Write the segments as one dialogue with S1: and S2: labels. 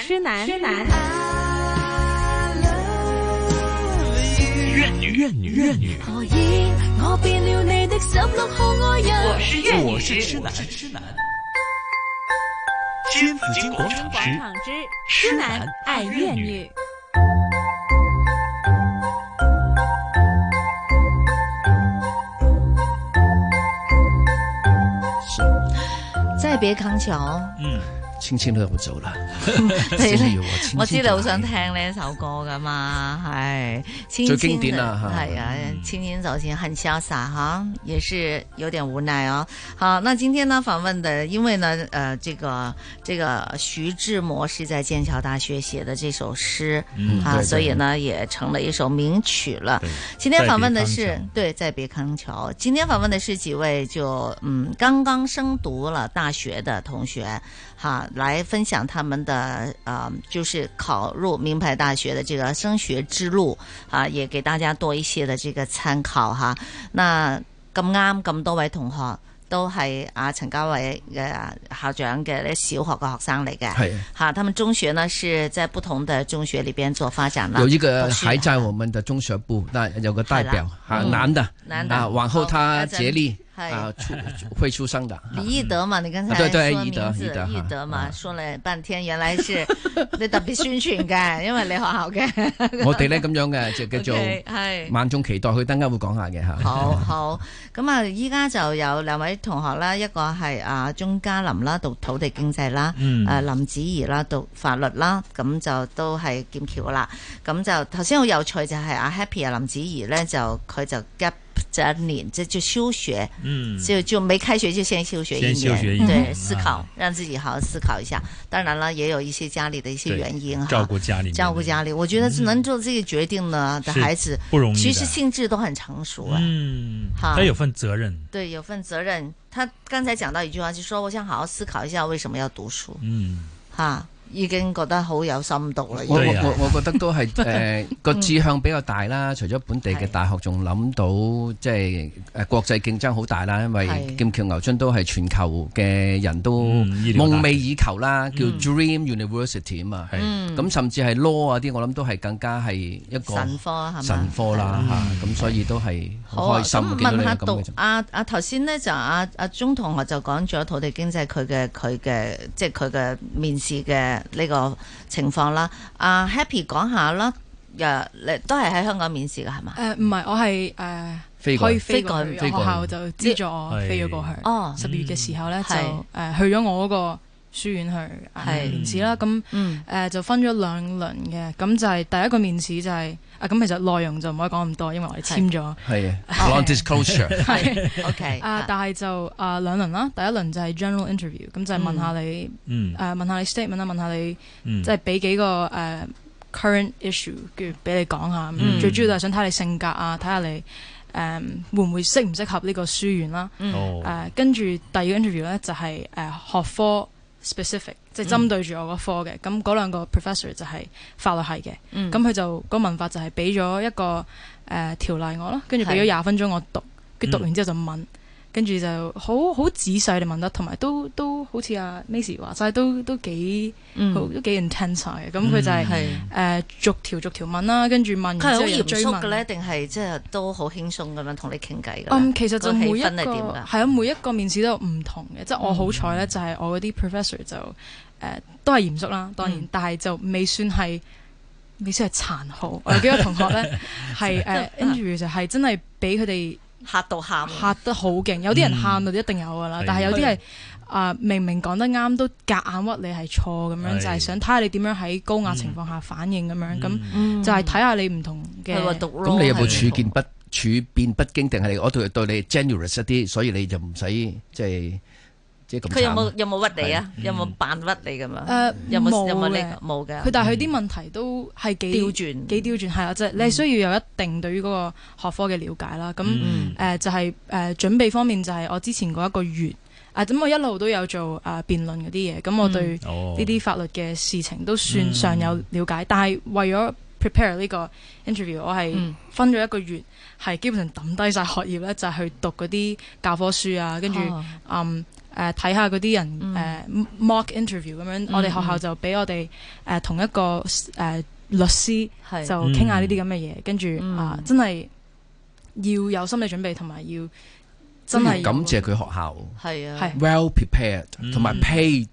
S1: 痴男，痴男，
S2: 怨女，怨女，怨女。
S3: 何以我變了你的十六號愛人？
S1: 我是粤女，
S2: 我是痴男，痴男。新紫金广场
S1: 广
S2: 之
S1: 场之
S2: 痴
S1: 痴
S2: 男
S1: 男
S2: 爱
S1: 爱
S2: 粤
S1: 粤
S2: 女
S1: 女。
S4: 是，
S3: 真係比康橋，
S2: 嗯，
S4: 輕輕掠我走 了。
S3: 你
S4: 所以
S3: 呢
S4: 我輕輕
S3: 我知道
S4: 地
S3: 好想聽呢一首歌噶嘛，係千
S4: 最
S3: 千
S4: 經典啦嚇
S3: 係啊，千千走
S2: 嗯
S3: 前很潇灑哈，也是有點无奈哦。好，那今天呢訪問的，因為呢，呃，這個這個徐志摩是在剑桥大学寫的这首詩，
S2: 嗯
S3: 啊，
S4: 对
S3: 所
S4: 对
S3: 以呢也成了一首名曲了。
S2: 对，
S3: 今天访问的
S2: 再别
S3: 是
S2: 康桥
S3: 对，在别康桥。今天访问的是几位就嗯刚刚升读了大学的同学，哈，来分享他们的呃就是考入名牌大学的这个升学之路啊，也给大家多一些的这个参考哈。那咁啱咁多位同學都係啊陳家偉嘅校長嘅呢小學嘅學生嚟嘅，
S4: 係啊
S3: 哈，他們中學呢是在不同的中學裏邊做發展啦
S4: 有。一个
S3: 都是
S4: 还在我们的中学部，那有个代表
S3: 海
S4: 啊，
S3: 南嗯
S4: 男的，
S3: 男的
S4: 啊，往后他竭力
S3: 哦
S4: 啊，出出会出生的，啊
S3: 李易德嘛，你刚才
S4: 啊对对
S3: 说名
S4: 易德
S3: 字
S4: 易德哈
S3: 德嘛，
S4: 啊
S3: 说了半天，原來 是你特別宣傳嘅，因為你學校嘅
S4: 我哋咧咁样嘅就叫做
S3: OK，係
S4: 萬眾期待，佢等間會講下嘅吓。
S3: 好好，咁啊，依家就有兩位同學啦，一個係啊鐘嘉林啦，讀土地經濟啦，
S2: 嗯
S3: 啊林子怡啦，讀法律啦，咁就都係劍橋啦。咁就頭先好有趣就係啊 Happy 啊林子怡咧，就佢就 gap 咗一年，即係就休學。
S2: 嗯，
S3: 就就没开学就先休学一年，
S2: 先休学一年
S3: 对，
S2: 嗯
S3: 思
S2: 啊
S3: 考，让自己好好思考一下。当然了，也有一些家里的一些
S2: 对
S3: 原因
S2: 照
S3: 哈，
S2: 顾家里面的人，
S3: 照顾家里，我觉得是能做这个决定呢的
S2: 是
S3: 孩子，
S2: 不容易的，
S3: 其实心智都很成熟啊。
S2: 嗯，
S3: 好
S2: 他有份责任，
S3: 对，有份责任。他刚才讲到一句话，就说我想好好思考一下为什么要读书，
S2: 嗯，
S3: 哈，已经觉得好有深度啦。已
S4: 我我
S3: 經
S2: 對啊
S4: 我我覺得 都係誒個志向比較大啦，除咗本地嘅大學，仲諗到即係誒國際競爭好大啦，因為
S3: 係
S4: 劍橋牛津都係全球嘅人都
S2: 嗯醫療大學
S4: 夢寐以求啦，叫
S2: 嗯
S4: Dream University 啊嘛。
S2: 係
S4: 咁甚至係 law 啊啲，我諗都係更加係一個
S3: 神科係嘛？
S4: 神科啦嚇，咁所以都係
S3: 好
S4: 好
S3: 啊，
S4: 開心
S3: 咁
S4: 見到
S3: 問
S4: 你
S3: 下
S4: 有咁
S3: 讀
S4: 嘅情況。
S3: 阿阿頭先咧就阿阿鐘同學就講咗土地經濟佢嘅佢嘅即係佢嘅面試嘅呢個情況啦。阿、Happy 講下啦，誒你都係喺香港面試嘅係嘛？
S5: 誒呃唔係，我係誒
S4: 飛過
S5: 可
S4: 去
S5: 以飛過去，
S4: 飛
S5: 學
S4: 過去
S5: 校就資助我
S2: 係
S5: 飛咗過去。
S3: 哦，
S5: 十月嘅時候咧就
S3: 係
S5: 誒去咗我嗰個書院去誒
S3: 係
S5: 面試啦。咁
S3: 嗯，
S5: 誒就分咗兩輪嘅，咁就係第一個面試就係啊咁，其實內容就唔可以講咁多，因為我哋簽咗。
S4: 係 non-disclosure，
S5: 係
S3: OK，
S5: 啊，但係就啊兩輪啦，第一輪就係 general interview，咁就係問下你
S2: 嗯
S5: 誒問下你 statement 啦，問下你。
S2: 嗯，
S5: 即係俾幾個誒、呃 current issue，跟住俾你講下。
S2: 嗯
S5: 最主要就係想睇你性格啊，睇下你誒、會唔會適唔適合呢個書院啦。
S3: 嗯
S2: 哦
S5: 誒、，跟住第二個 interview 咧就係、誒、呃學科 specific，即係針對住我個科嘅。咁嗰兩個 professor 就係法律系嘅，
S3: 嗯
S5: 咁佢、就個問法就係俾咗一個誒、呃、條例我啦，跟住俾
S3: 係
S5: 咗廿分鐘我讀，跟
S2: 嗯
S5: 住讀完之後就問。跟住就好好仔細地問得，同埋都都好似阿 Macy 話齋，都都幾
S3: 嗯
S5: 好都幾 intense 下嘅，咁佢就係、
S3: 係
S5: 誒逐條逐條問啦，跟住問完
S3: 佢係
S5: 之
S3: 好
S5: 後又
S3: 嚴
S5: 追
S3: 肅嘅咧，
S5: 問。
S3: 定係即係都好輕鬆咁樣同你傾偈嘅
S5: 嗯，
S3: 呢？
S5: 其實就
S3: 個氣
S5: 每一個
S3: 氛係點㗎
S5: 係啊，每一個面試都有唔同嘅，即係我好彩咧，就係我嗰啲 professor 就誒、都係嚴肅啦，當然，
S3: 嗯
S5: 但係就未算係未算係殘酷。 我有幾個同學咧係誒 interview 就係真係俾佢哋
S3: 嚇到喊，
S5: 嚇得好勁，有啲人喊到一定有㗎啦
S2: 係，
S5: 但係有啲係啊明明講得啱都夾硬屈你係錯咁樣，
S2: 係
S5: 就係想睇下你點樣喺高壓情況下反應咁樣咁。
S2: 嗯
S3: 嗯
S5: 就係睇下你唔同嘅
S3: 佢話讀 law
S4: 咁你有冇
S3: 係
S4: 處見不處變不驚？定係你我對對你 generous 一啲，所以你就唔使即係即係咁
S3: 佢有
S4: 慘
S3: 冇有冇屈你啊？有冇扮屈你咁樣？
S5: 誒
S3: 有冇
S5: 呃冇
S3: 有冇呢
S5: 嘅
S3: 個冇嘅
S5: 佢，但係佢啲問題都係幾
S3: 調轉嗯
S5: 幾刁轉係啊，即係你係需要有一定對於嗰個學科嘅了解啦。咁誒、
S2: 嗯
S5: 呃就係、誒、準備方面就係我之前嗰一個月啊，咁我一路都有做啊、呃、辯論嗰啲嘢，咁
S3: 嗯
S5: 我對
S2: 哦，
S5: 呢啲法律嘅事情都算尚有了解，但係為咗 prepare 呢個 interview，我係
S3: 嗯
S5: 分咗一個月，係基本上抌低晒學業咧，就係、去讀嗰啲教科書啊，跟住。
S3: 哦
S5: 嗯誒睇下嗰啲
S3: 嗯
S5: 人誒 mock interview 咁樣，我哋學校就俾我哋誒同一個誒律師
S3: 係嗯
S5: 就傾下呢啲咁嘅嘢，跟住啊真係要有心理準備，同埋要真係
S4: 感謝佢學校
S3: 係啊，
S5: 係
S4: well prepared
S2: 嗯
S4: 同埋 paid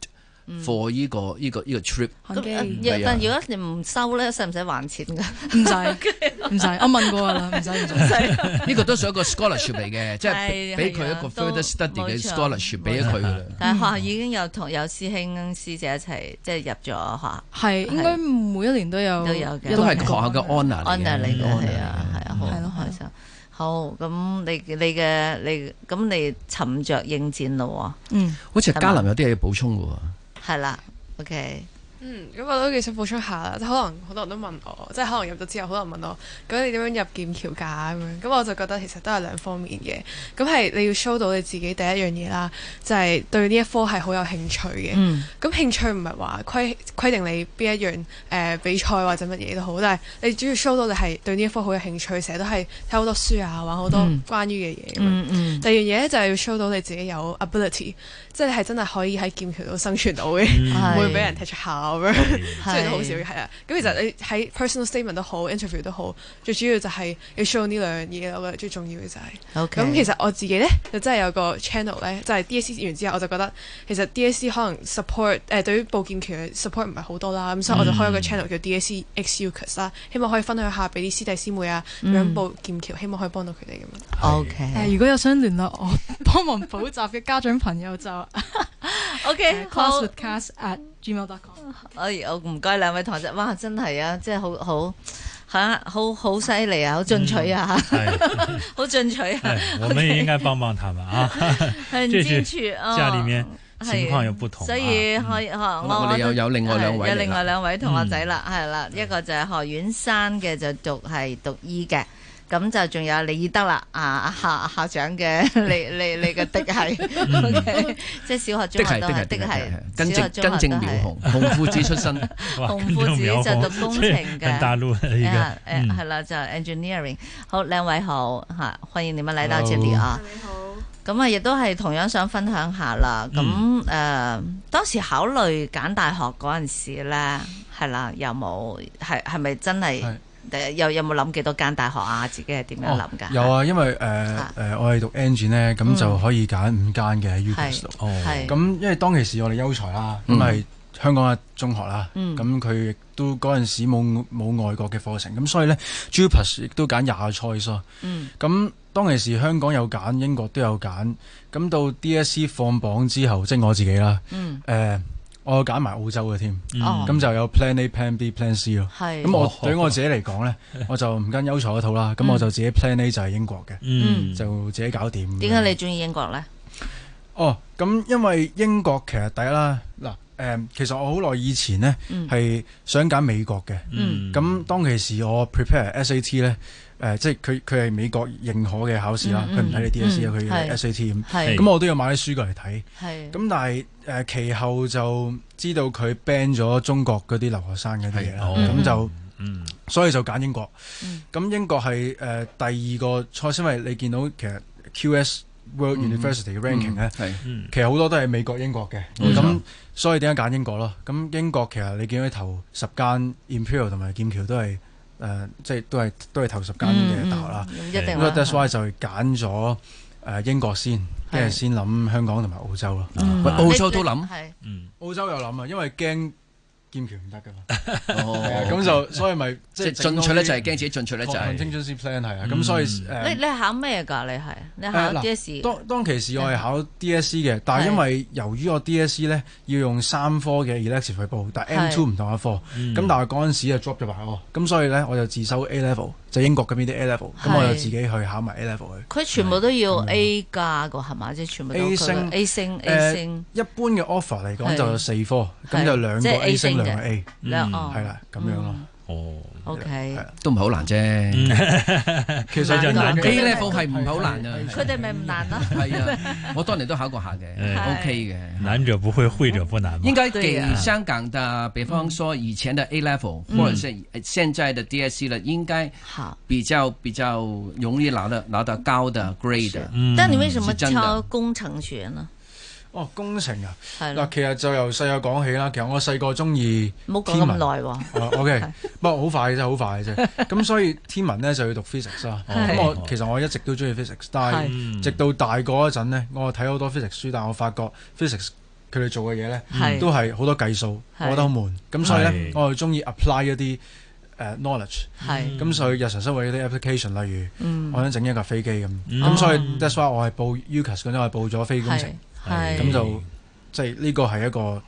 S4: for 呢個呢個呢個 trip。
S5: 漢基
S3: 咁呃
S4: 係啊
S3: 但如果你唔收咧，使唔使還錢㗎？
S5: 唔 使唔使，我問過㗎啦，唔使唔使。
S4: 呢個都屬於一個 scholarship 嚟 嘅，即係
S3: 係
S4: 俾俾佢一
S3: 係
S4: 個
S3: 啊都
S4: further study 嘅
S3: 冇錯
S4: scholarship 俾咗佢㗎啦。
S3: 但係學校已經有同有師兄師姐一齊即係入咗
S4: 啊
S3: 嚇
S5: 係應該每一年都有
S3: 都有嘅
S5: 一
S4: 都係
S5: 兩
S4: 學
S5: 個
S4: 校嘅 honour 嚟
S3: honour
S4: 嘅
S3: 嚟嘅，
S4: honour
S3: 係啊係啊，好
S5: 係咯係
S3: 開
S5: 咯
S3: 心。好，咁你你嘅你咁你沉着應戰咯
S5: 嗯，
S4: 好似嘉林有啲嘢要補充喎。
S3: 喎，係啦，OK，
S1: 嗯，咁我都幾想補充下啦，即係可能好多人都問我，即係可能入咗之後，好多人問我，咁你點樣入劍橋㗎咁樣？咁我就覺得其實都係兩方面嘅，咁係你要 show 到你自己第一樣嘢啦，就係、對呢一科係好有興趣嘅。
S3: 嗯
S1: 咁興趣唔係話規規定你邊一樣誒、呃比賽或者乜嘢都好，但係你主要 show 到你係對呢一科好有興趣，成日都係睇好多書啊，玩好多
S3: 嗯
S1: 關於嘅嘢咁樣。
S3: 嗯嗯，
S1: 第二樣嘢咧就係要 show 到你自己有 ability，即係你係真係可以喺劍橋度生存到嘅，
S3: 係
S2: 嗯
S1: 唔會俾人踢出校咁樣。雖然好少
S3: 係嗯
S1: 係啊，咁其實你喺 personal statement 都好，interview 都好，最主要就係要 show 呢兩樣嘢，我覺得最重要嘅就係、
S3: OK，
S1: 咁其實我自己呢，就真係有個 channel 呢，就係 DSE 完之後，我就覺得其實 DSE 可能 support 誒、呃、對於報劍橋嘅 support 唔係好多啦，咁
S3: 嗯
S1: 所以我就開咗個 channel 叫 DSE X UCAS 啦，希望可以分享下俾啲師弟師妹啊
S3: 嗯
S1: 點樣報劍橋，希望可以幫到佢哋咁
S5: 誒
S1: 樣。
S3: OK
S5: 如果有想聯絡我 幫忙補習嘅家長朋友就
S3: OK 好
S5: class。with cast at gmail.com。
S3: 哎，我唔該兩位堂姐，哇，真係啊，即係好好嚇，好好犀利啊，好進取
S2: 嗯
S3: 啊， 好進取啊，
S2: 哎，我们也应该帮帮他们啊！
S3: 很
S2: 這
S3: 進
S2: 是
S3: 取啊，
S2: 家里面
S3: 係
S2: 情況又不同啊，
S3: 所以可以嚇，
S4: 好
S3: 我
S4: 啊啦我哋有
S3: 都
S4: 有另外兩位
S3: 係有
S4: 嚟
S3: 另外
S4: 啦。嗯
S3: 兩位同學仔啦，
S2: 嗯
S3: 係啦，一個就係何婉珊嘅，就讀係讀醫嘅。咁就仲有李德啦，啊校校長嘅 你你你嘅的係
S2: 嗯
S3: ，OK，即係 小學
S4: 的
S3: 中學
S4: 係
S3: 都係
S4: 的係
S3: 的
S4: 的
S3: 係
S4: 係，，根
S3: 小學
S4: 正
S3: 中學
S4: 根正
S3: 都
S4: 苗
S3: 係
S4: 紅，紅褲子出身，
S2: 哇
S3: 紅
S2: 跟
S3: 夫
S2: 着
S3: 子
S2: 苗
S3: 就
S2: 紅
S3: 讀
S2: 這
S3: 工程嘅
S2: 很大陸的一個
S3: 啊，誒
S2: 嗯
S3: 係啦，就 engineering。好，兩位好嚇，歡迎你們嚟到這裡啊。
S1: 你好，
S3: 咁啊，亦都係同樣想分享下啦。咁
S6: 嗯
S3: 誒、呃，當時考慮揀大學嗰陣時咧，係啦，有冇係係咪真係
S6: 係
S3: 誒有有冇諗幾多間大學啊？自己係點樣諗㗎、
S6: 有啊，因為誒誒、
S3: 啊
S6: 我係讀 engine 咧，咁就
S3: 嗯
S6: 可以揀五間嘅 U c a s 度。
S2: 哦，
S3: 係
S6: 咁因為當其時我哋優才啦，咁
S4: 嗯
S6: 係香港嘅中學啦，
S3: 嗯
S6: 咁佢亦都嗰陣時冇冇外國嘅課程，咁所以呢 j u p a s 亦都揀廿個 choice 咯。
S3: 嗯
S6: 咁當其時香港有揀，英國都有揀，咁到 DSE 放榜之後，即係我自己啦，
S3: 嗯
S6: 誒、我揀埋澳洲嘅添，
S2: 嗯
S3: 哦
S6: 咁就有 Plan A、Plan B、Plan C 咯。
S3: 係
S6: 咁我
S2: 哦
S6: 對我自己嚟 講呢，我就唔跟優才嗰套啦，咁
S3: 嗯
S6: 我就自己 Plan A 就係英國嘅。
S2: 嗯
S6: 就自己搞掂。
S3: 點解你中意英國咧？
S6: 哦，咁因為英國其實第一啦，嗱，誒、其實我好耐以前呢
S3: 嗯
S6: 係想揀美國嘅，
S2: 嗯
S6: 咁、當其時我 prepare SAT 呢，誒、即係佢佢係美國認可嘅考試啦，
S3: 嗯
S6: 佢唔睇你 DSE
S3: 嗯
S6: 啊，佢睇
S3: 係
S6: SAT 咁，
S3: 係
S6: 咁我都要買啲書過嚟睇。
S3: 係
S6: 咁但係誒、其後就知道佢 ban 咗中國嗰啲留學生嗰啲嘢啦，
S2: 係哦
S6: 咁、就。
S2: 嗯
S6: 所以就揀英國。
S3: 嗯
S6: 咁、英國係誒、呃第二個 choice，因為你見到其實 QS World
S4: 嗯
S6: University 嘅 ranking 咧、
S4: 係
S2: 嗯
S6: 其實好多都係美國、英國嘅。
S4: 冇錯
S6: 咁、所以點解揀英國咯？咁英國其實你見到頭十間 Imperial 同埋劍橋都係誒、呃即係都係都係頭十間嘅大學啦。
S3: 嗯嗯一定
S6: 咁、啊
S3: 啦。
S6: that's why 就係揀咗誒英國先，跟住先諗香港同埋澳洲咯。
S3: 嗯
S4: 喂
S6: 哦
S4: 澳洲都
S3: 你
S4: 諗
S3: 你，係
S2: 嗯
S6: 澳洲有諗啊，因為驚劍橋唔得㗎嘛。
S4: 哦
S6: 啊咁就所以咪
S4: 即
S6: 即
S4: 係
S6: 係
S4: 進取咧，就係驚自己進取咧，就
S6: 抗
S4: 係
S6: 青春 c plan 係啊，
S2: 嗯
S6: 咁所以
S3: 你
S6: 誒，
S3: 你係考咩㗎？你係你
S6: 誒
S3: 考 E？
S6: 嗱
S3: DSE
S6: 當當其時我
S3: 嗯
S6: 係考 DSE 嘅，但係因為由於我 DSE 咧要用三科嘅 elective 去報，但係 M
S3: 係
S6: two 唔同嘅科，咁
S2: 嗯
S6: 但係嗰陣時就啊 drop 咗埋我，咁所以咧我就自修 A level，就英國嗰邊啲 A level，
S3: 係
S6: 咁我就自己去考埋 A level 去。
S3: 佢全部都要 A 加個係嘛？即係全部都
S6: A
S3: 佢
S6: 星
S3: 嘅 A 星 A
S6: 誒
S3: 星
S6: 一般嘅 offer
S3: 係
S6: 嚟講就有四科，
S3: 係
S6: 咁就兩
S3: 即
S6: 個
S3: 係 A
S6: A 升
S3: 星嘅
S6: 兩個 A，
S3: 兩
S2: 嗯
S3: 哦嗯
S6: 係啦咁樣咯。
S2: 哦，
S3: OK
S6: 係。
S4: 都唔係好難啫。
S6: 其
S3: 實就難嘅
S4: A level 係唔係好難啊？
S3: 佢哋咪唔難啦。
S4: 係啊，我當年都考過下嘅
S2: 係
S3: 哦
S4: ，OK 嘅。
S2: 难者不会，会者不难嘛
S4: 应。该
S3: 对
S4: 给
S3: 呀
S4: 香港的，比方说以
S3: 嗯
S4: 前的 A level、或者是现在的 DSE 了，应该
S3: 好，
S4: 比较比较容易拿到拿到高的 grade 的。
S2: 嗯
S3: 但你为什么
S4: 是真的
S3: 挑工程学呢？
S6: 哦，工程啊，
S3: 啊係咯
S6: 嗱，，其實就由細個講起啦。其實我細個中意
S3: 冇講咁耐喎。
S6: 啊 OK，不過好快嘅啫，好快嘅 啫。咁所以天文咧就要讀 physics 啦。
S3: 係
S6: 咁我其實我一直都中意 physics，但係
S3: 係
S2: 嗯
S6: 直到大個嗰陣咧，我睇好多 physics 書，但我發覺 physics 佢哋做嘅嘢咧
S3: 係
S6: 嗯都係好多計數，我
S3: 係
S6: 覺得好悶。咁所以咧
S2: 係，
S6: 我就中意 apply 一啲誒 knowledge。
S3: 係
S2: 嗯
S6: 咁所以日常生活嗰啲 application，例
S3: 嗯
S6: 如我想整一架飛機咁，
S2: 嗯
S6: 咁所以 that's why 我係報 UCAS 嗰陣，我係報咗飛工程
S3: 係，係
S6: 咁就即係呢個係一個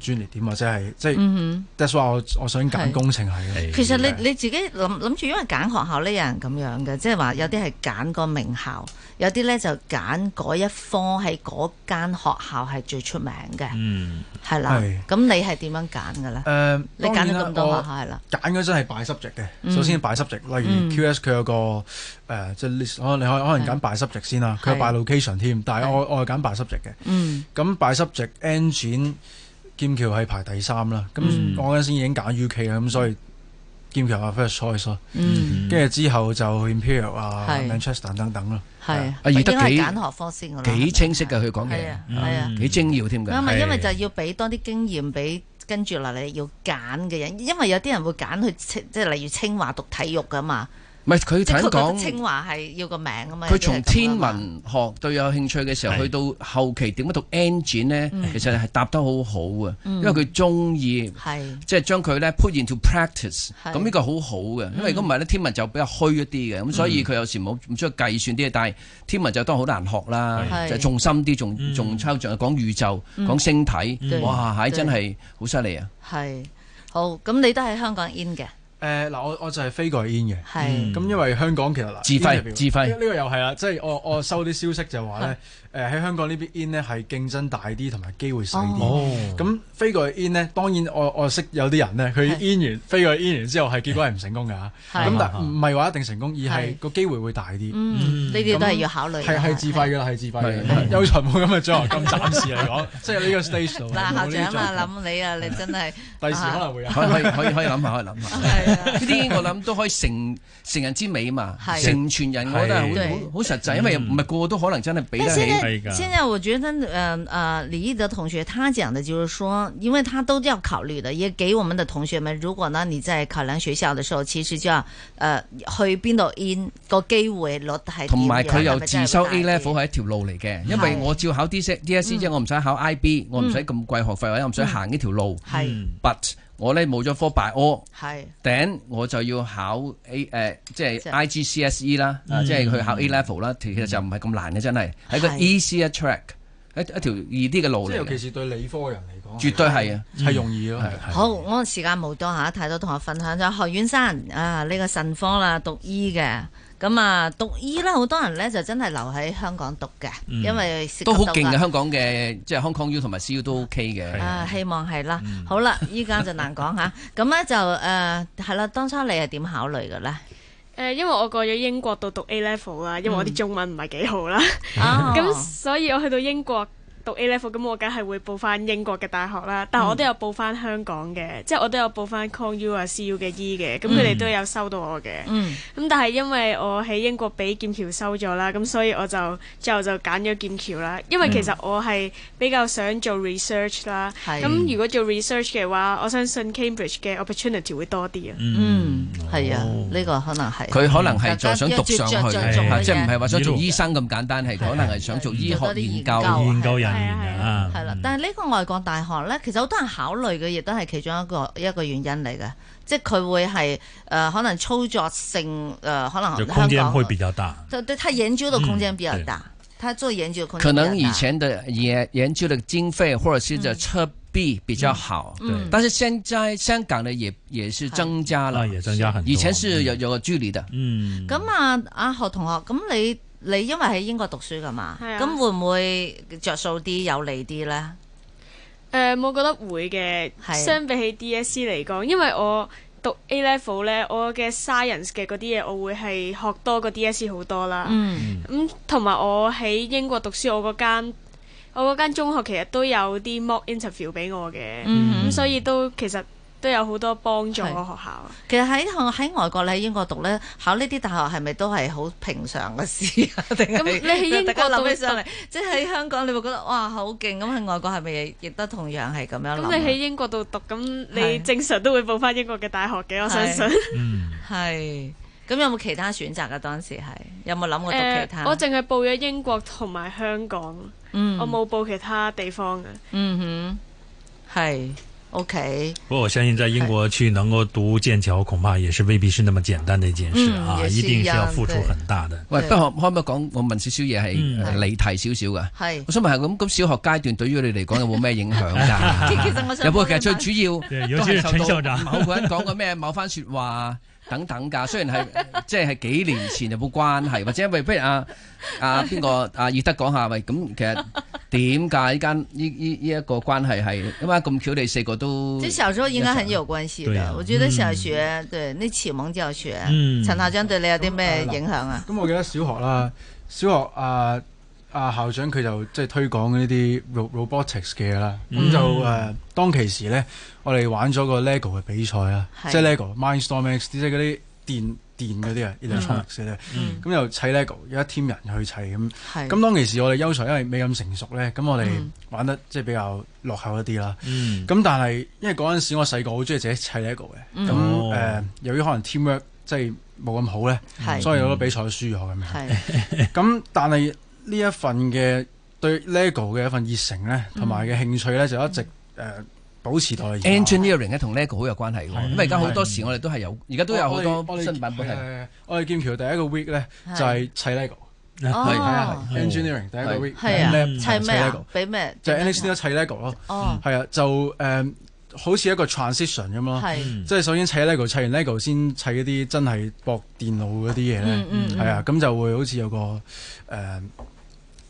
S6: 專業點，或者係即係
S3: 嗯
S6: that's why 我我
S3: 係
S6: 想揀工程係咯。
S3: 哼，其實你你自己諗諗住，因為揀學校呢，有人咁樣嘅，即係話有啲係揀個名校，有啲咧就揀嗰一科喺嗰間學校係最出名嘅，
S2: 嗯
S3: 係啦
S6: 係。
S3: 咁你係點樣揀嘅咧？
S6: 誒，
S3: 你
S6: 呃當然
S3: 揀咗
S6: 啦
S3: 咁多
S6: 我
S3: 學校係啦，
S6: 揀嗰真係 by subject
S3: 嗯
S6: 嘅，首先 by subject，例
S3: 嗯
S6: 如 QS 佢有個誒即係 list，可能你可可能揀 by subject 先啦，佢有
S3: 係
S6: by location 添，但係我我係揀 by subject 嘅。
S3: 嗯
S6: 咁 by subject engine 劍橋係排第三啦，咁
S3: 嗯
S6: 我嗰陣先已經揀 UK 啦，咁所以劍橋係 first choice 咯，
S3: 嗯，
S6: 跟住之後就 Imperial 啊、
S3: 係
S6: Manchester 等等咯。
S3: 係。
S4: 阿葉德
S3: 應該係
S4: 啊幾
S3: 揀學科先嘅啦，
S4: 幾清晰㗎佢講
S3: 係
S4: 嘢嗯
S3: 啊，係啊。
S4: 幾精要添㗎。
S3: 啱啊，
S2: 係
S3: 因為就要俾多啲經驗俾跟住落嚟要揀嘅人，因為有啲人會揀去清即係例如清華讀體育噶嘛，
S4: 唔係佢
S3: 即係佢
S4: 頭先
S3: 覺得
S4: 講
S3: 清。華係要個名啊嘛。
S4: 佢
S3: 有啲
S4: 從
S3: 係咁㗎
S4: 天
S3: 嘛
S4: 文學對有興趣嘅時候，
S2: 係
S4: 去到後期點樣讀 engine 呢？
S3: 嗯
S4: 其實係答得好好啊，因為佢中意
S3: 係
S4: 即係將佢咧 put into practice，
S3: 係嗯
S4: 咁呢個好好嘅，因為如果唔係咧，天文就比較虛一啲嘅，咁所以佢有時冇唔需要計算啲嘢，但係天文就當然好難學啦，
S3: 係
S4: 就重心啲，仲
S2: 嗯
S4: 仲抽象，講宇宙，講星體
S3: 嗯，
S4: 哇，
S3: 對
S4: 係真係好犀利啊！
S3: 係好，咁你都喺香港 in 嘅，
S6: 誒呃嗱，我我就係飛過去 in 嘅，
S3: 係
S2: 嗯
S6: 咁因為香港其實嗱
S4: 自費
S6: interview，
S4: 自費
S6: 呢呢個又係啦，即係我我收啲消息就話咧，誒喺香港呢邊 in 呢係競爭大啲，同埋機會細啲。
S2: 哦
S6: 咁飛過去 in 呢，當然我我識有啲人呢，佢
S3: 係
S6: in 完飛過去 in 完之後係結果係唔成功㗎，咁
S3: 係
S6: 但唔係話一定成功，而係
S3: 係
S6: 個機會會大啲。
S3: 嗯，呢啲都係要考慮嘅。
S6: 係係自費㗎啦，係自
S4: 係
S6: 費嘅。咁 有財冇咁嘅獎學金，暫時嚟講， 即係呢個 stage 度。
S3: 嗱，校長
S6: 啦，
S3: 啊，諗你啊，你真 係
S6: 第時可能會有。
S4: 可以可以可以可以諗下，可以諗下。
S3: 係啊。
S4: 呢啲我諗都可以成成人之美嘛，
S3: 係
S4: 成全人我覺得係
S3: 係
S4: 好好好實際，因為唔係個個都可能真係俾
S3: 但
S4: 得
S3: 现
S4: 起。
S2: 可以
S3: 在
S2: 的
S3: 现在我觉得，嗯呃，李易德同学他讲的就是说，因为他都要考虑的，也给我们的同学们，如果呢你在考量学校的时候，其实就要呃去边度 in 个机会率系
S4: 嗯同埋佢又自修 A level
S3: 系
S4: 係一條路嚟嘅，因為我照考 D S D S C 啫，我唔使考 I B，我唔使咁貴學費，或者我唔使行呢條路。
S3: 系
S2: 嗯
S4: But 我咧冇咗科 Bio，
S3: 系
S4: 頂我就要考 A 誒，即
S3: 即
S4: 係 I G C S E 啦，啊即係去考 A level 啦。其實就唔係咁難嘅，真係係一個
S3: 係
S4: easier track，一一條易啲嘅路嚟
S6: 即係尤其
S4: 嘅，
S6: 是對理科嘅人嚟講，
S4: 絕對係啊！
S6: 係容易咯。係
S3: 好，我時間冇多嚇，太多同學分享咗。何遠山啊，呢、個神科啦，讀醫嘅。咁啊，讀醫咧，好多人咧就真係留喺香港讀嘅，
S2: 嗯
S3: 因為涉及
S4: 都好
S3: 到
S4: 勁嘅，
S3: 啊
S4: 香港嘅即係 Hong Kong U 同埋 CU 都 OK 嘅。
S3: 啊，希望係啦。
S2: 嗯
S3: 好啦，依家就難講 嚇。咁咧就誒係啦，當初你係點考慮嘅 咧？
S7: 誒，因為我過咗英國度讀 A level 啦，因為我啲中文唔係幾好啦，
S2: 嗯
S3: 啊
S7: 咁、所以我去到英國讀 A level，咁我梗係會報翻英國嘅大學啦。但係我都有報翻香港嘅，即係我都有報翻 ConU 啊、CU 嘅 E 嘅，咁佢哋都有收到我嘅。咁、
S3: 嗯
S7: 但係因為我喺英國俾劍橋收咗啦，咁所以我就最後就揀咗劍橋啦。因為其實我係比較想做 research 啦，
S3: 係
S7: 咁、如果做 research 嘅話，我相信 Cambridge 嘅 opportunity 會多啲啊。
S3: 嗯，係啊，
S2: 哦
S3: 呢個可能係
S4: 佢可能係就想讀上去，
S2: 家
S3: 大
S2: 一
S4: 係
S2: 着
S4: 即係唔係話想做醫生咁簡單，係可能係想做醫學研
S3: 做多啲研
S4: 究。
S2: 研究
S7: 係啊
S2: 人員
S7: 係
S2: 啊，
S3: 係啦，但係呢個外國大學咧，其實好多人考慮嘅，亦都係其中一個一個原因嚟嘅，即係佢會係誒、呃可能操作性誒、呃可能
S2: 就
S3: 香
S2: 空間
S3: 港
S2: 會比較大。
S3: 對對，他研究的空間比較
S2: 嗯
S3: 大，他做研究的空間比
S4: 可
S3: 較大
S4: 能以前的研研究的經費或者是的設備比較好，
S2: 嗯
S4: 但是現在香港呢也也是增加
S2: 啊，
S4: 了，
S2: 也增加很多。
S4: 以前是有有個距離的。
S2: 嗯，
S3: 咁啊，阿何同學，咁你你因為喺英國讀書噶嘛，
S7: 係啊
S3: 咁、會唔會着數啲有利啲咧？
S7: 誒、呃我覺得會嘅。
S3: 係啊
S7: 相比起 DSE 嚟講，因為我讀 A level 咧，我嘅 science 嘅嗰啲嘢，我會係學多過 DSE 好多啦。
S3: 嗯
S7: 咁同埋我喺英國讀書，我嗰間我嗰間中學其實都有啲 mock interview 俾我嘅，咁、
S3: 嗯
S7: 所以都其實都有好多幫助嘅學
S3: 係
S7: 校。
S3: 其實喺喺外國，你喺英國讀咧，考呢啲大學係咪都係好平常嘅事啊？ 定係
S7: 咁你喺英國
S3: 大家
S7: 讀
S3: 諗起上嚟，即係喺香港你會覺得哇好勁，咁喺外國係咪亦都同樣係咁樣諗啊？
S7: 咁你喺英國度讀，咁你
S3: 係
S7: 正常都會報翻英國嘅大學嘅，我相信。
S2: 嗯，
S3: 係咁有冇其他選擇嘅當時係有冇諗過讀
S7: 誒
S3: 其 他？
S7: 呃我淨係報咗英國同埋香港，
S3: 嗯
S7: 我冇報其他地方嘅。
S3: 嗯哼係 OK
S2: 不过我相信在英国去能够读剑桥，恐怕也是未必是那么简单的一件事啊
S3: 嗯，也是
S2: 一定
S3: 一
S2: 是
S3: 样
S2: 要付出
S3: 对
S2: 很大的。
S4: 喂，
S3: 對
S4: 不過可唔可以講？我問少少嘢係
S2: 嗯
S4: 呃離題少少噶。
S3: 係
S4: 我。想問下，咁咁小學階段對於你嚟講有冇咩影響
S3: 其
S4: 㗎？
S3: 其實我想
S4: 有冇
S3: 幫
S4: 其實
S3: 你
S4: 最
S3: 問
S4: 主要
S2: 對尤
S4: 都
S2: 其
S4: 係
S2: 是
S4: 受
S2: 陳校
S4: 到
S2: 長
S4: 某個人講過咩某番説話等等㗎。雖然係 即係係幾年前有冇關係，或者喂，不如阿阿邊個阿葉德講下喂，咁其實點解呢間呢呢呢一個關係係咁啊？咁巧你四個都
S3: 其實小時候應該很有關係
S2: 對
S3: 的，
S2: 嗯啊
S3: 我覺得小學、對那啟蒙教學，
S2: 嗯
S3: 陳校長對你有啲咩影響啊？
S6: 咁我記得小學啦，小學啊啊校長佢就即係推廣呢啲 ro- robotics 嘅嘢啦。咁、
S2: 嗯
S6: 就誒、呃、當其時咧，我哋玩咗個 LEGO 嘅比賽啦，
S3: 係
S6: 即係 LEGO Mindstorm X，即係嗰啲電電嗰啲啊，electronics 嗰啲啊。
S2: 嗯
S6: 咁又砌 LEGO，有一 team 人去砌咁。
S3: 係
S6: 咁當其時我哋優才因為未咁成熟咧，咁我哋
S3: 嗯
S6: 玩得即係比較落後一啲啦。
S2: 嗯，
S6: 咁但係因為嗰陣時我細個好中意自己砌 LEGO 嘅，咁呃誒、
S2: 哦
S3: 嗯
S6: 由於可能 teamwork 即係冇咁好咧。
S3: 係
S6: 所以好多比賽輸咗咁樣。
S3: 係
S6: 咁但係呢一份嘅對 LEGO 嘅一份熱誠咧，
S3: 嗯
S6: 同埋嘅興趣咧，就一直誒、呃保持到嚟而家。
S4: engineering 咧同 LEGO 好有關係喎。
S2: 係
S4: 因為而家好多時我哋都係有，而家都有好
S6: 我我
S4: 多
S6: 哋
S4: 新版本係。
S6: 係我哋劍橋第一個 week 咧
S3: 係
S6: 就係砌 LEGO，
S4: 係
S6: 係啊
S3: 哦，
S2: 係
S6: 係 engineering 第一個 week
S3: 係啊
S6: lab
S3: 砌咩啊
S6: LEGO？
S3: 俾咩？
S6: 就 NXT 都砌 LEGO 咯，
S3: 哦，
S6: 係啊，就誒好似一個 transition 咁咯。
S3: 係
S2: 嗯
S6: 即係首先砌 LEGO，砌完 LEGO 先砌嗰啲真係駁電腦嗰啲嘢咧
S3: 嗯，嗯
S6: 係啊，咁就會好似有個誒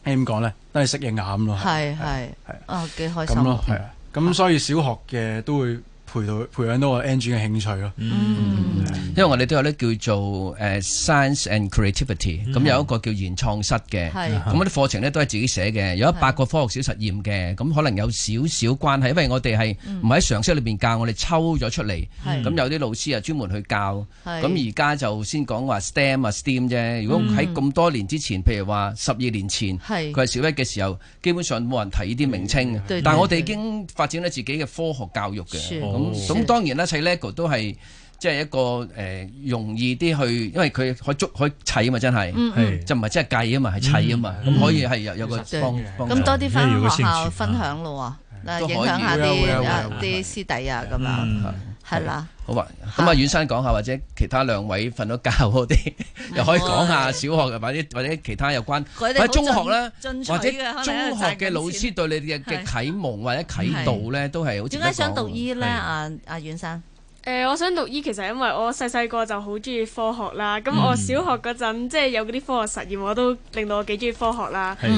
S6: 點講咧，都係適應下咁咯。
S3: 係係
S6: 係
S3: 哦，幾開心
S6: 咁咯，係啊，咁所以小學嘅都會培到培養到我 engine 嘅興趣咯。
S3: 嗯
S4: 因為我哋都有啲叫做誒、呃 science and creativity，咁、有一個叫原創室嘅，咁
S3: 係
S4: 嗰啲課程咧都係自己寫嘅，有一百個科學小實驗嘅，咁可能有少少關係，因為我哋係唔喺常識裏邊教，我哋抽咗出嚟，
S3: 嗯係
S4: 咁有啲老師啊專門去教，
S3: 係
S4: 咁而家就先講話 STEM 啊 STEAM 啫。如果
S3: 嗯
S4: 喺咁多年之前，譬如話十二年前，
S3: 係
S4: 佢係小一嘅時候，基本上冇人提呢啲名稱嘅
S3: 嗯對
S4: 但係我哋
S3: 對
S4: 已經發展咗自己嘅科學教育嘅。
S3: 是
S4: 咁
S3: 是
S4: 咁當然啦，砌 LEGO 都係即係一個誒、呃容易啲去，呃因為佢可以捉可以砌啊嘛，真係、
S3: 嗯
S2: 係
S4: 就唔係真係計啊嘛，係砌啊嘛，咁、可以係有有個
S3: 實
S4: 幫
S6: 嘅
S4: 幫
S3: 咁多啲翻
S2: 因為有個
S3: 學
S2: 興
S3: 校
S2: 趣
S3: 分享咯喎，嗱
S4: 啊都可以
S3: 影響下
S6: 會啊
S3: 啲
S6: 會啊
S3: 啊
S6: 會啊
S3: 啲師弟啊咁樣，
S2: 嗯
S3: 係啦。
S4: 好啊，咁啊，遠山講下，或者其他兩位瞓咗覺嗰啲，又可以講下小學或者或者其他有關，
S3: 佢
S4: 或
S3: 哋哦好
S4: 者中學啦，
S3: 進進取嘅可能
S4: 或者
S3: 喺度
S4: 中學嘅老師對你嘅嘅
S3: 係
S4: 啟蒙或者啟導咧，都係好似
S3: 點解想讀醫咧？
S2: 係
S3: 阿阿遠生
S7: 誒、我想讀醫，其實因為我細細個就好中意科學啦。咁我小學嗰陣，即係有嗰啲科學實驗，我都令到我幾中意科學啦。
S2: 係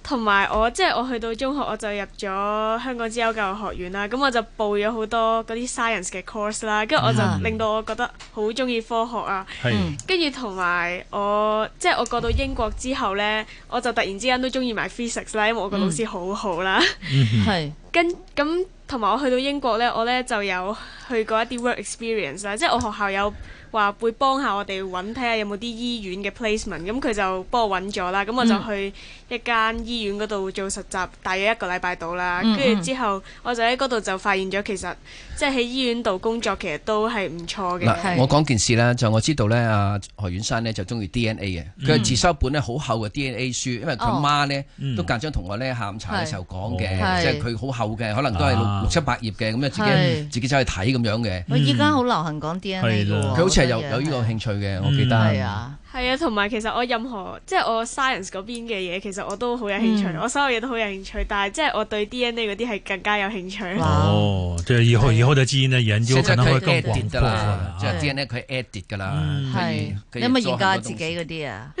S7: 同埋我即係我去到中學，我就入咗香港資優教育學院啦。咁我就報咗好多嗰啲 science 嘅 course 啦，跟住我就
S3: 嗯
S7: 令到我覺得好中意科學啊。
S2: 係
S7: 跟住同埋我即係我過到英國之後呢，我就突然之間都中意埋 physics 啦，因為我個老師好好啦。
S3: 係
S7: 跟咁同埋我去到英國呢，我呢就有去過一啲 work experience 啦，即係我學校有話會幫下我哋揾睇下有冇啲醫院嘅 placement，咁佢就幫我揾咗啦，咁我
S3: 嗯
S7: 就去一間醫院嗰度做實習，大約一個禮拜到啦，
S3: 嗯
S7: 跟住之後我就喺嗰度就發現咗其實即係喺醫院度工作其實都係唔錯嘅。
S4: 嗱，
S3: 係
S4: 我講件事啦，就我知道咧，阿何遠山咧就中意 DNA 嘅，佢有自修本咧好厚嘅 DNA 書，因為佢
S3: 哦
S4: 媽咧
S2: 嗯哦
S4: 都間中同我咧下午茶嘅時候講嘅，
S3: 係
S4: 即係佢好厚嘅，可能都係六
S2: 啊
S4: 六七百頁嘅，咁啊自己
S3: 係
S4: 自己走去睇咁樣嘅，
S3: 我依家好流行講 DNA 哦
S2: 係啦
S3: 嘅喎
S4: 佢好似係有
S3: 好多嘢
S4: 有呢個興趣嘅，我記
S2: 嗯
S4: 得
S3: 係。啊，
S7: 係啊，同埋其實我任何即係我 science 嗰邊嘅嘢，其實我都好有興趣，
S3: 嗯
S7: 我所有嘢都好有興趣，但係即係我對 DNA 嗰啲係更加有興趣。
S3: 哇
S2: 哦，對，以後以後的基因的研究
S4: 現
S2: 可
S4: 在
S2: 能會
S4: 佢
S2: 更廣闊
S4: edit 㗎啦，
S2: 啊嗯
S4: 即係 DNA 佢 edit 㗎啦，可以
S3: 係
S4: 可
S3: 你
S4: 以
S3: 有冇
S4: 做
S3: 研
S4: 很
S3: 究
S4: 多
S3: 下
S4: 東
S3: 自
S4: 西
S3: 己嗰啲啊？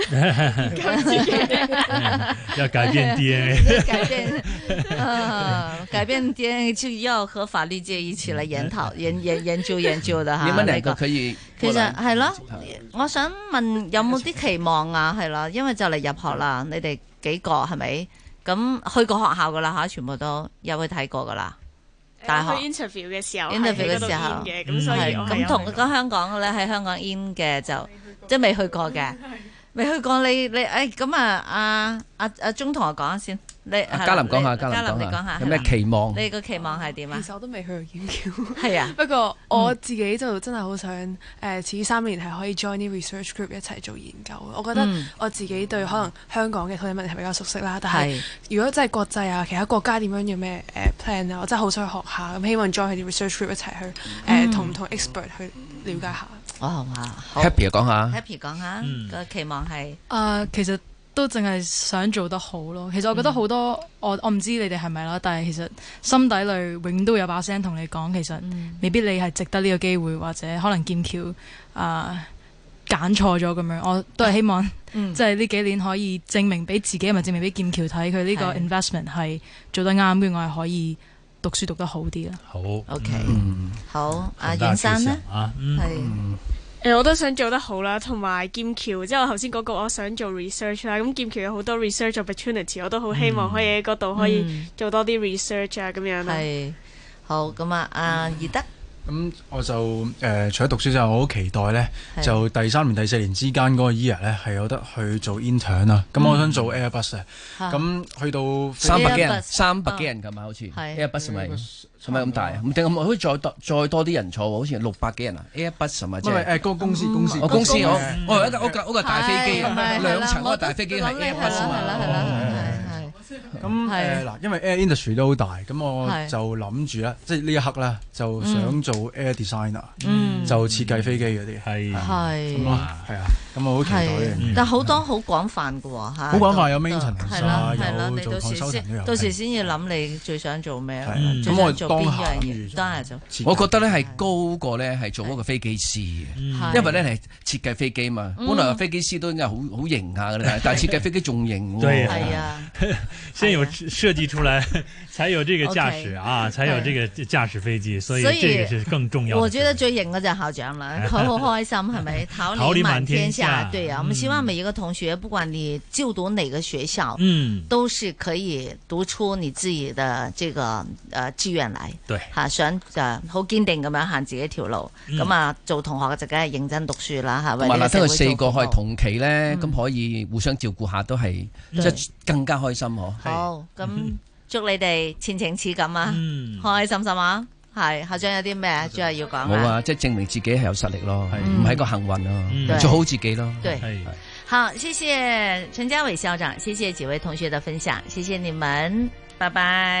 S2: 要改變 DNA。
S3: 改变，啊改变 DNA 就要和法律界一起來研討、研研研究研究的
S4: 你
S3: 哈。
S4: 們
S3: 呢
S4: 兩個
S3: 個
S4: 可以
S3: 啊其
S4: 過來
S3: 實係咯
S4: 係，
S3: 我想問有冇啲期望啊？係啦，因為就嚟入學啦，你哋幾個係咪？咁去過學校噶啦吓，全部都有去睇過噶啦。大
S7: 誒
S3: 學
S7: 呃去 interview 嘅時候
S3: interview 嘅時
S7: 時
S3: 候
S7: 嘅，
S2: 嗯
S7: 咁所以
S3: 係
S7: 我
S3: 咁
S7: 係
S3: 同嗰個香港嘅咧，喺香港 in 嘅就即係未去過嘅，未去過你你誒咁啊，阿阿阿鐘同我講下先，你
S4: 阿啊嘉林講下，
S3: 你
S4: 嘉林
S3: 你
S4: 講
S3: 講下
S4: 下，有咩期望？
S3: 你個期望係點啊
S1: 其？實我都未去過劍橋，
S3: 係啊，
S1: 不過我自己就真係好想誒、呃此三年係可以 join 啲 research group 一齊做研究。我覺得
S3: 嗯
S1: 我自己對可能香港嘅土地問題比較熟悉啦，但係
S3: 係
S1: 如果真係國際啊，其他國家點樣要咩誒、呃 plan 啊，我真係好想學下。咁希望 join 佢啲 research group 一齊去誒同唔同 expert 去了解下。
S3: 哦哇好
S4: Happy 啊講下，
S3: happy 講下
S2: 嗯
S3: 個期望係
S5: 啊、其實都淨係想做得好咯。其實我
S3: 嗯
S5: 覺得好多、我我唔知你哋係咪啦，但係其實心底裏永遠都有把聲同你講，其實
S3: 嗯
S5: 未必你係值得呢個機會，或者可能劍橋啊揀錯咗咁樣。我都係希望
S3: 嗯
S5: 即係呢幾年可以證明俾自己，或者證明俾劍橋睇佢呢個
S3: 係
S5: investment 係做得啱嘅，我係可以讀書讀得好啲啦。
S2: 好
S3: OK
S4: 嗯，
S3: 好，阿
S2: 很大
S3: 袁
S2: 志向
S3: 生呢？
S2: 啊，嗯，
S3: 係
S7: 誒我都想做得好啦，同埋劍橋，即係我頭先嗰個我想做 research 啦。咁劍橋有好多 research opportunity，我都好希望可以喺嗰度可以
S3: 嗯
S7: 做多啲 research 啊咁樣啦。
S3: 係好咁啊，阿義德
S6: 咁我就誒、呃除咗讀書之後，我好期待呢，
S3: 係
S6: 就第三年、第四年之間嗰個 year 呢，係有得去做 intern 啊。咁我想做 Airbus 啊。
S3: 嚇
S6: 咁去到
S4: 三百幾
S3: Airbus
S4: 人，三百幾人㗎嘛，好似
S3: 係
S4: Airbus 係咪係
S6: 係
S4: 咪咁大啊？？唔定咁，好似再多再多啲人坐喎，好似六百幾人啊！Airbus 係咪
S6: 唔
S4: 即
S6: 係呃
S4: 係？
S6: 誒，嗰個公司公司
S4: 我公司我
S6: 誒
S4: 我有一架我架我架大飛機
S3: 係咪
S4: 啊，
S3: 係
S4: 兩
S3: 啦
S4: 層嗰
S3: 我
S4: 架
S3: 都
S4: 大飛機
S3: 諗
S4: 係
S3: 你
S4: Airbus 啊
S3: 係啦
S4: 嘛。
S3: 係啦係啦係係。
S6: 咁誒
S3: 係
S6: 嗱，因為 air industry 都好大，咁我
S3: 係
S6: 就諗住咧，即係呢一刻咧，就想做 air designer，
S3: 嗯
S6: 就設計飛機嗰啲，
S2: 係
S6: 咁
S3: 係
S6: 咯，係啊，咁我好期待呢樣嘢
S3: 係，但好多好廣泛嘅喎嚇，
S6: 好廣泛有
S3: 都
S6: maintenance
S3: 係啦
S6: 啊
S3: 係啦
S6: 有
S3: 你
S6: 做
S3: 到時
S6: consultant 都
S3: 先
S6: 有
S3: 到時先要諗你最想做咩啦，
S6: 係
S3: 最
S6: 咁我
S3: 想做邊
S6: 當下
S3: 樣
S6: 諗
S3: 嘢，
S6: 住
S3: 當下就
S6: 設計
S4: 我覺得咧係高過咧係做嗰個飛機師
S2: 嗯
S4: 嘅，
S3: 係
S4: 因為咧係設計飛機嘛。本來飛機師都應該好好型下 㗎啦，但係設計飛機仲型
S2: 對
S4: 喎。
S3: 係啊，
S2: 先有設計出來， 才有這個駕駛啊，才有
S3: 對
S2: 这个驾駛飛機，所以
S3: 所以
S2: 這個是更
S4: 嗯
S2: 重要的。
S3: 我覺得最型嘅就係校長 啦，佢好開心係咪？桃
S2: 桃
S3: 李
S2: 李
S3: 滿
S2: 滿
S3: 天
S2: 天
S3: 下，
S2: 下
S4: 嗯
S3: 對啊，我們希望每一個同學，不管你就讀哪個學校。
S2: 嗯，
S3: 都是可以讀出你自己的這個呃志願嚟，
S2: 對
S3: 嚇、想誒好堅定咁樣行自己條路，咁、啊做同學嘅就梗係認真讀書啦，係咪？
S4: 嗯同埋嗱，
S3: 呢個
S4: 得
S3: 社
S4: 佢
S3: 會
S4: 四個
S3: 做服
S4: 可以
S3: 務
S4: 同期咧，咁可以互相照顧下，都係即係更加開心嗬。
S3: 好，咁祝你哋前程似錦啊，
S2: 嗯
S3: 開開心心啊！係校長有啲咩最後要講
S4: 冇
S3: 啊？
S4: 啊，即係證明自己係有實力咯，
S6: 嗯
S4: 唔係個幸運啊，
S2: 嗯
S4: 做好自己咯。
S3: 對，
S2: 係
S3: 好，謝謝陳家偉校長，謝謝幾位同學的分享，謝謝你們，拜拜。